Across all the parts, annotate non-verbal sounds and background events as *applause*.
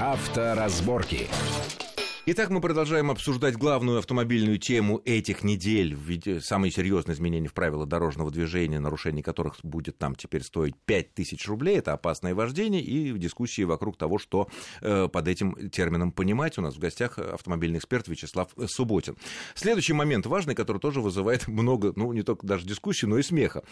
Авторазборки. Итак, мы продолжаем обсуждать главную автомобильную тему этих недель. Ведь э, самые серьезные изменения в правила дорожного движения, нарушение которых будет нам теперь стоить 5000 рублей, это опасное вождение, и дискуссии вокруг того, что э, под этим термином понимать. У нас в гостях автомобильный эксперт Вячеслав э, Субботин. Следующий момент важный, который тоже вызывает *laughs* много, ну, не только даже дискуссий, но и смеха.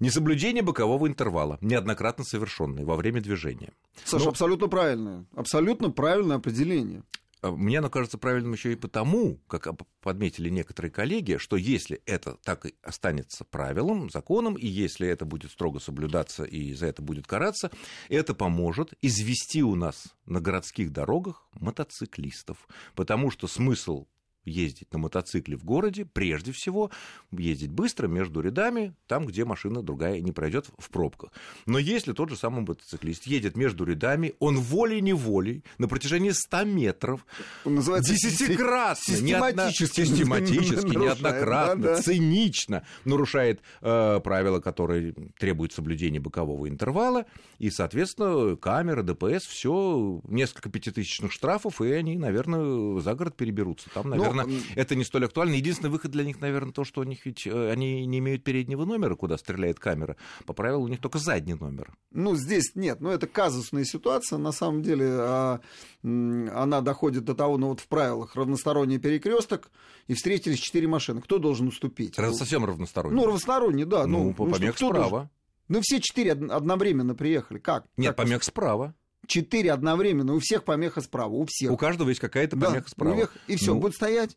Несоблюдение бокового интервала, неоднократно совершенное во время движения. Ну, Саша, абсолютно правильное. Абсолютно правильное определение. А, Мне оно кажется правильным еще и потому, как подметили некоторые коллеги, что если это так и останется правилом, законом, и если это будет строго соблюдаться и за это будет караться, это поможет извести у нас на городских дорогах мотоциклистов. Потому что смысл ездить на мотоцикле в городе, прежде всего ездить быстро между рядами, там, где машина другая не пройдет в пробках. Но если тот же самый мотоциклист едет между рядами, он волей-неволей на протяжении 100 метров Называется десятикратно, систематически, неодно- систематически нарушает, неоднократно, да, да. цинично нарушает э, правила, которые требуют соблюдения бокового интервала, и, соответственно, камера, ДПС, все несколько пятитысячных штрафов, и они, наверное, за город переберутся. Там, Ну, наверное, м, это не столь актуально. Единственный выход для них, наверное, то, что у них ведь э, они не имеют переднего номера, куда стреляет камера. По правилу у них только задний номер. Ну, здесь нет, но это казусная ситуация. На самом деле а, м, она доходит до того, ну вот в правилах равносторонний перекресток, и встретились четыре машины. Кто должен уступить? Раз- Совсем равносторонний. Ну, равносторонний, да. Ну, Ну, по- ну, что- помех кто справа. должен? Ну, все четыре од- одновременно приехали. Как? Нет, Как? помех справа. Четыре одновременно. У всех помеха справа, у всех. У каждого есть какая-то Да, помеха справа. у всех. И все, Ну. будет стоять.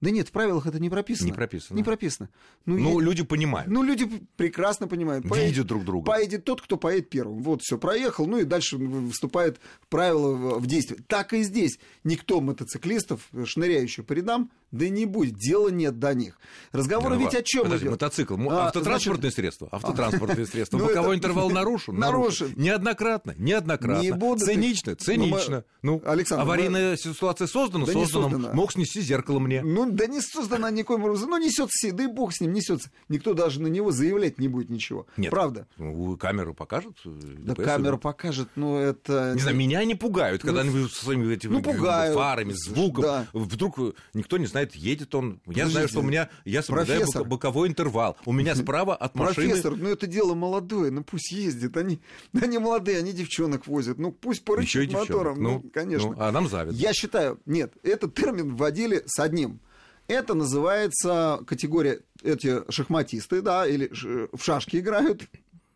Да нет, в правилах это не прописано. Не прописано. Не прописано. Ну, е- люди понимают. ну, люди п- прекрасно понимают. Поедет- видят друг друга. Поедет тот, кто поедет первым. Вот, все, проехал, ну и дальше вступает правило в в действие. Так и здесь. Никто мотоциклистов, э, шныряющих по рядам, да не будет. Дела нет до них. Разговоры Ну, ведь о чем подожди, мотоцикл, мо- А, автотранспортное средство, *laughs* автотранспортное средство. Ну, Боковой это- *laughs* интервал нарушен, нарушен. Нарушен. Неоднократно, неоднократно. Не буду ты- цинично, цинично. Ну, мы- Ну, Александр, мы- аварийная ситуация создана, Да не создана. создана. Мог снести зеркало мне. Ну, да не создана никаким образом. Ну, несется, да и бог с ним несется. Никто даже на него заявлять не будет ничего. Нет. Правда. Ну, камеру покажут. э, Да ДПС. камера покажет, ну это... Не знаю, меня не пугают, когда Ну, они со своими этими ну, пугают. фарами, звуком. Да. Вдруг э, никто не знает, едет он. Я Подождите, знаю, что у меня я соблюдаю профессор. боко- боковой интервал. У меня справа от машины. Профессор, ну это дело молодое, ну пусть ездит. Они, они молодые, они девчонок возят. Ну пусть Еще и порычат девчонок. мотором. Ну, конечно. ну, а нам завидно. Я считаю, нет, этот термин вводили с одним. Это называется категория эти шахматисты, да, или ш- в шашки играют,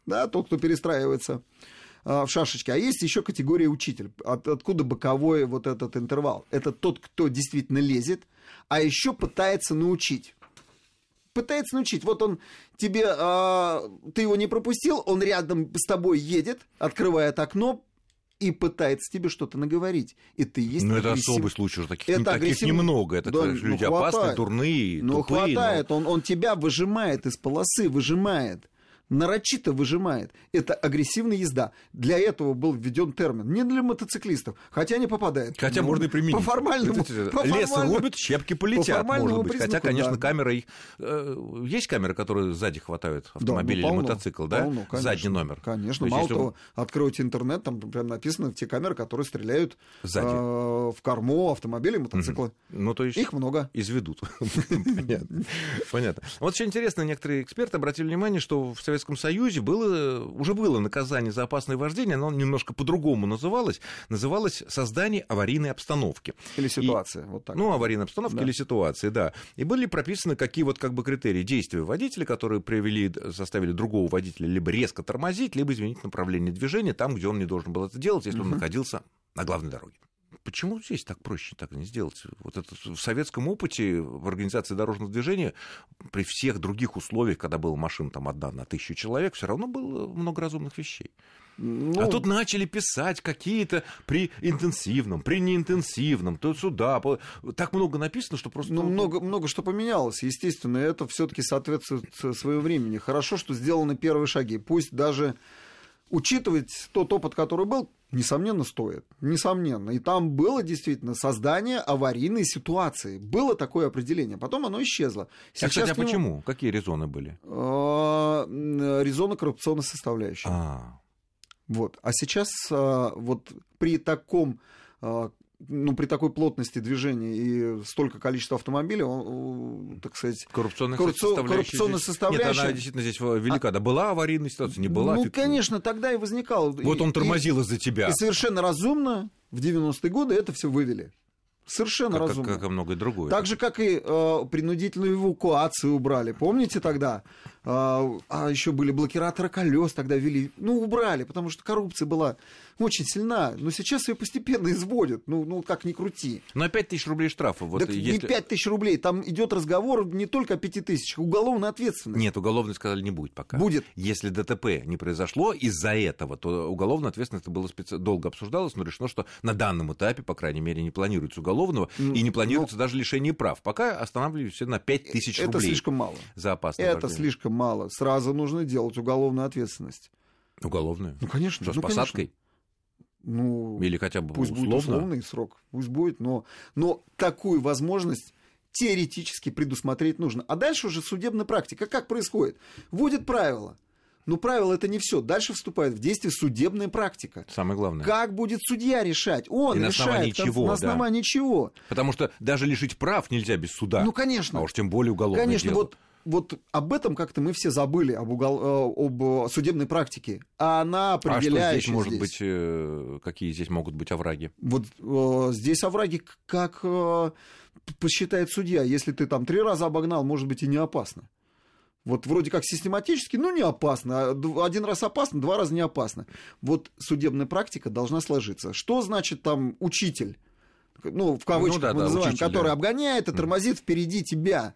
да, тот, кто перестраивается а, в шашечки. А есть еще категория учитель, от, откуда боковой вот этот интервал. Это тот, кто действительно лезет, а еще пытается научить. Пытается научить. Вот он тебе, а, ты его не пропустил, он рядом с тобой едет, открывает окно и пытается тебе что-то наговорить. И ты есть Ну, это агрессив- особый случай, уже таких, Это таких агрессивно. немного. Это Да, конечно, ну, люди хватает. опасные, дурные, Ну, тупые. но- хватает, Он, он тебя выжимает из полосы, выжимает. Нарочито выжимает. Это агрессивная езда. Для этого был введен термин. Не для мотоциклистов. Хотя не попадает. Хотя Ну, можно и применить. По формальному. Вот эти- по Лес формальному- рубят, щепки полетят, формальному может быть. Хотя, признаку, конечно, да. камера их... э, Есть камеры, которые сзади хватают Да, ну, автомобиль или полно, мотоцикл, да? полно, конечно. Задний номер. То Конечно. есть, Мало если того, он- откройте интернет, там прям написано те камеры, которые стреляют Сзади. э, в корму автомобилей, мотоцикла. Ну, то есть... Их много. изведут. Понятно. Понятно. Вот еще интересно, некоторые эксперты обратили внимание, что в Советском Союзе было, уже было наказание за опасное вождение, оно немножко по-другому называлось. Называлось создание аварийной обстановки. Или ситуация. Вот так. Ну, аварийной обстановки Да. или ситуации, да. И были прописаны какие вот как бы критерии действия водителя, которые привели, заставили другого водителя либо резко тормозить, либо изменить направление движения там, где он не должен был это делать, если он находился на главной дороге. Почему здесь так проще так не сделать? Вот это в советском опыте, в организации дорожного движения, при всех других условиях, когда была машина там одна на тысячу человек, все равно было много разумных вещей. Ну, А тут начали писать какие-то при интенсивном, при неинтенсивном, то сюда. по- Так много написано, что просто... Ну, много, много что поменялось, естественно, это все-таки соответствует своему времени. Хорошо, что сделаны первые шаги. Пусть даже учитывать тот опыт, который был, несомненно, стоит. Несомненно. И там было действительно создание аварийной ситуации. Было такое определение. Потом оно исчезло. А, кстати, а к нему, почему? Какие резоны были? э, м, Резонно-коррупционная составляющая. А, Вот. А сейчас а, вот при таком ну, при такой плотности движения и столько количества автомобилей, он, так сказать... Коррупционная коррупцо- составляющая. коррупционная здесь- составляющая. А Нет, она действительно здесь велика. Да была аварийная ситуация, не была. ну, фиг- конечно, тогда и возникал. Вот И- он и- тормозил из-за тебя. И совершенно разумно в 90-е годы это все вывели. Совершенно Как, как, разумно. как и многое другое. Так же, как и э, принудительную эвакуацию убрали. Помните тогда? Э, а еще были блокираторы колес тогда вели. Ну, убрали, потому что коррупция была очень сильна. Но сейчас ее постепенно изводят. Ну, ну как ни крути. Но 5 тысяч рублей штрафа. Вот так не если... 5 тысяч рублей. Там идет разговор не только о 5 тысячах. Уголовная ответственность. Нет, уголовной сказали не будет пока. Будет. Если ДТП не произошло из-за этого, то уголовная ответственность было специ- долго обсуждалось, но решено, что на данном этапе, по крайней мере, не планируется уголовного Ну, э, и не планируется даже лишение прав. Пока останавливались все на 5 тысяч это рублей слишком мало. за опасное Это вождение. слишком мало. Сразу нужно делать уголовную ответственность. Уголовную? Ну, конечно. Что, с ну, конечно. посадкой? Ну, Или хотя бы пусть условно? будет условный срок, пусть будет, но, но такую возможность теоретически предусмотреть нужно. А дальше уже судебная практика. Как происходит? Вводит правила. Но правило это не все. Дальше вступает в действие судебная практика. Самое главное. Как будет судья решать? Он И на решает. основании в конце- чего, На да. основании чего? Потому что даже лишить прав нельзя без суда. Ну, конечно. а уж тем более уголовное Конечно, дело. вот вот об этом как-то мы все забыли, об, угол- э, об э, судебной практике. А она а что определяющая здесь может здесь. быть, э, какие здесь могут быть овраги? Вот э, здесь овраги к- как э, п- посчитает судья. Если ты там три раза обогнал, может быть и не опасно. Вот вроде как систематически, ну не опасно. А д- Один раз опасно, два раза не опасно. Вот судебная практика должна сложиться. Что значит там учитель? Ну, в кавычках да, мы да, называем, учитель, который да. обгоняет и Мгм. тормозит впереди тебя.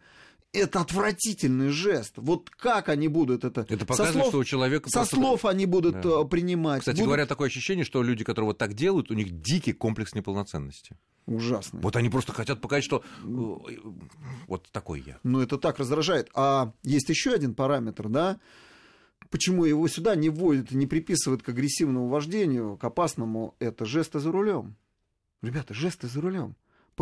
Это отвратительный жест. Вот как они будут это... Это Со показывает, слов- что у человека со просто- слов они будут Да. э, принимать. А, Кстати Будут- говоря, такое ощущение, что люди, которые вот так делают, у них дикий комплекс неполноценности. Ужасно. Вот они просто хотят показать, что э, э, вот такой я. Ну, это так раздражает. А есть еще один параметр, да, почему его сюда не вводят и не приписывают к агрессивному вождению, к опасному, это жесты за рулем. Ребята, жесты за рулем.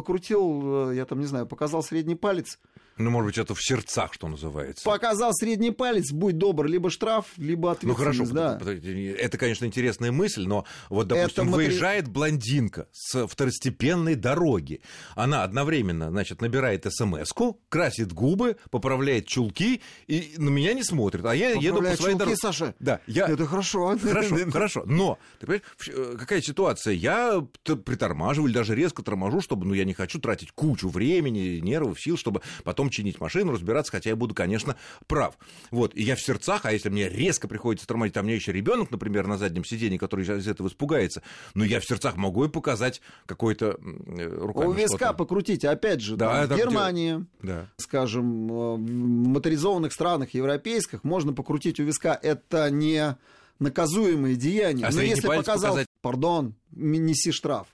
Покрутил, э, я там не знаю, показал средний палец. Ну, может быть, это в сердцах, что называется. Показал средний палец, будь добр, либо штраф, либо Ну ответственность. хорошо, да. под- под- это, конечно, интересная мысль, но вот, Это допустим, матери- выезжает блондинка с второстепенной дороги. Она одновременно, значит, набирает смс-ку, красит губы, поправляет чулки и на меня не смотрит. А я еду по Поправляет своей чулки, дороге. Саша. Да, я... Это хорошо. а? *laughs* Хорошо, хорошо. Но, ты понимаешь, в- э, какая ситуация? Я т- притормаживаю или даже резко торможу, чтобы, ну, я не хочу тратить кучу времени, нервов, сил, чтобы потом чинить машину, разбираться, хотя я буду, конечно, прав. Вот, и я в сердцах, а если мне резко приходится тормозить, а у меня еще ребенок, например, на заднем сидении, который из этого испугается, ну, я в сердцах могу и показать какой-то м, э, руками У виска что-то. покрутите, опять же, Да, там, это в где- Германии. Да. А скажем, э, в моторизованных странах европейских можно покрутить у виска. Это не наказуемые деяния. А Но средний если палец показал, показать? пардон, м- неси штраф.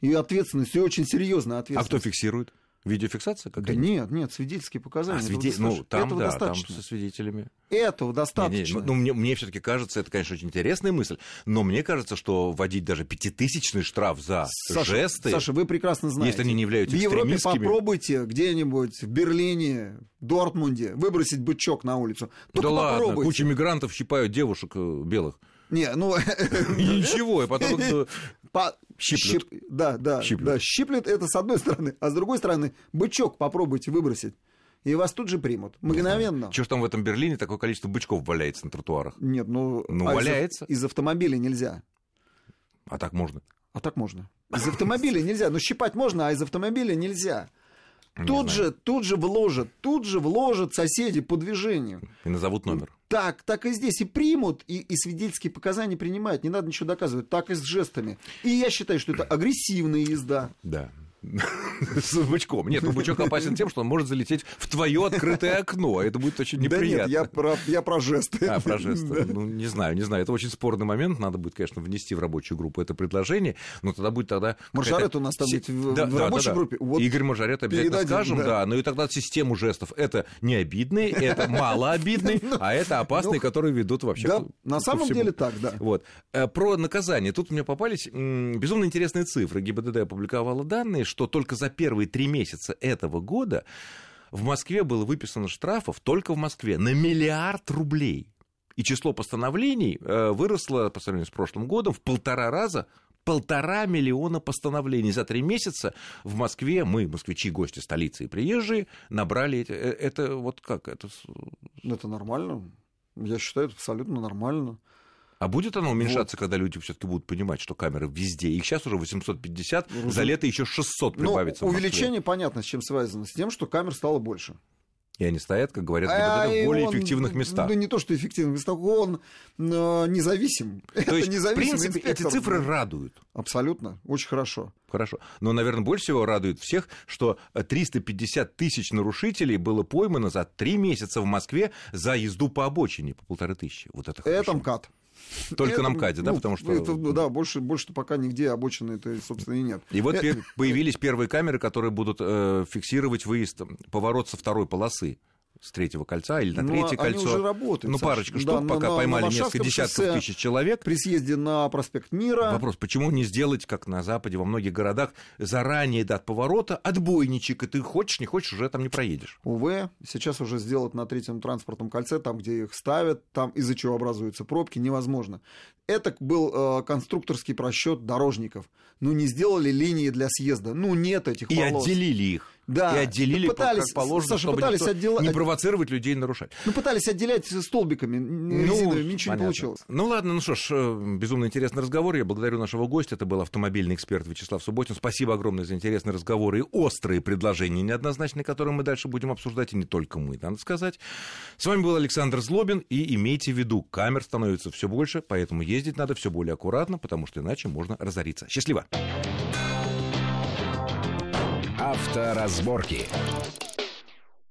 И ответственность, и очень серьезная А кто ответственность. фиксирует? Видеофиксация Да какая-нибудь? нет, нет, свидетельские показания. А, этого свиде- Ну, достаточно. там, этого да, достаточно. там со свидетелями. Этого Не, не, достаточно. ну, мне, все-таки кажется, это, конечно, очень интересная мысль, но мне кажется, что вводить даже пятитысячный штраф за Саша, а, жесты, Саша, вы прекрасно знаете. если они не являются в Европе экстремистскими, попробуйте где-нибудь в Берлине, Дортмунде выбросить бычок на улицу. Только да ладно, попробуйте. куча мигрантов щипают девушек э, *laughs* белых. Не, ну *laughs* И *laughs* ничего, и потом... э, По- Щиплют. щип- Да, да, Щиплют. да. Щиплет это с одной *laughs* стороны, а с другой стороны бычок попробуйте выбросить, и вас тут же примут мгновенно. Чё ж там в этом Берлине такое количество бычков валяется на тротуарах? Нет, ну, Ну, а из- валяется. Из, автомобиля нельзя, А так можно. а так можно. *laughs* Из автомобиля нельзя, ну щипать можно, а из автомобиля нельзя. Не Тут знаю. же, тут же вложат, тут же вложат соседи по движению. И назовут номер. Так, так и здесь и примут, и, и свидетельские показания принимают, не надо ничего доказывать, так и с жестами. И я считаю, что это агрессивная езда. Да. *laughs* С бычком. Нет, ну бычок опасен тем, что он может залететь в твое открытое окно. Это будет очень неприятно. Да нет, я про, я про жесты. *laughs* А, про жесты. Да. Ну, не знаю, не знаю. Это очень спорный момент. Надо будет, конечно, внести в рабочую группу это предложение. Но тогда будет тогда... Маржарет какая-то у нас там се- ведь в- в рабочей группе. Вот Игорь Маржарет обязательно передадим, скажем, да. да. Но и тогда систему жестов. Это не обидные, это мало обидные, а это *laughs* опасные, ну, которые ведут вообще... Да, к- на ко самом всему. деле так, да. Вот. Э, Про наказание. Тут мне попались м, безумно интересные цифры. ГИБДД опубликовала данные, что только за первые три месяца этого года в Москве было выписано штрафов только в Москве на миллиард рублей. И число постановлений э, выросло по сравнению с прошлым годом в полтора раза полтора миллиона постановлений. За три месяца в Москве мы, москвичи, гости столицы и приезжие, набрали эти... э, Это вот как? Это... с- Ну, Это нормально. Я считаю, это абсолютно нормально. А будет оно уменьшаться, когда люди все таки будут понимать, что камеры везде? Их сейчас уже 850, Ну, за разум- лето еще 600 Но прибавится в Москве. Ну, увеличение понятно, с чем связано. С тем, что камер стало больше. И они стоят, как говорят, А, ГИБДД, в и более он, эффективных местах. Ну, не то, что эффективных местах, он э, независим. *laughs* То есть, в независимый принципе, эти инспектор. цифры радуют. Абсолютно. Очень хорошо. Хорошо. Но, наверное, больше всего радует всех, что э, 350 тысяч нарушителей было поймано за три месяца в Москве за езду по обочине по полторы тысячи. Вот это Это хорошо. МКАД. Только Это, на МКАДе, да? ну, Потому что... это, да, больше, больше пока нигде обочины-то, собственно, и нет. И вот Э, пе- появились первые камеры, которые будут э, фиксировать выезд, м, поворот со второй полосы с третьего кольца или на ну, третье они кольцо. уже работают, ну, Саш. парочка Да, штук, на- пока на- на поймали несколько Варшавском десятков шоссе тысяч человек. При съезде на проспект Мира. Вопрос, почему не сделать, как на Западе, во многих городах, заранее дат поворота отбойничек, и ты хочешь, не хочешь, уже там не проедешь. УВ сейчас уже сделать на третьем транспортном кольце, там, где их ставят, там из-за чего образуются пробки, невозможно. Это был э, конструкторский просчет дорожников. Ну, не сделали линии для съезда. Ну, нет этих И полос. отделили их. Да. Ну, И отделили, пытались, как положено, Саша, чтобы пытались никто отдела- не провоцировать людей нарушать. Ну, пытались отделять столбиками н- резиновыми, ничего Ну, понятно. не получилось. Ну ладно, ну что ж, э, безумно интересный разговор. Я благодарю нашего гостя. Это был автомобильный эксперт Вячеслав Субботин. Спасибо огромное за интересный разговор и острые предложения неоднозначные, которые мы дальше будем обсуждать, и не только мы, надо сказать. С вами был Александр Злобин, и имейте в виду, камер становится все больше, поэтому ездить надо все более аккуратно, потому что иначе можно разориться. Счастливо! Авторазборки.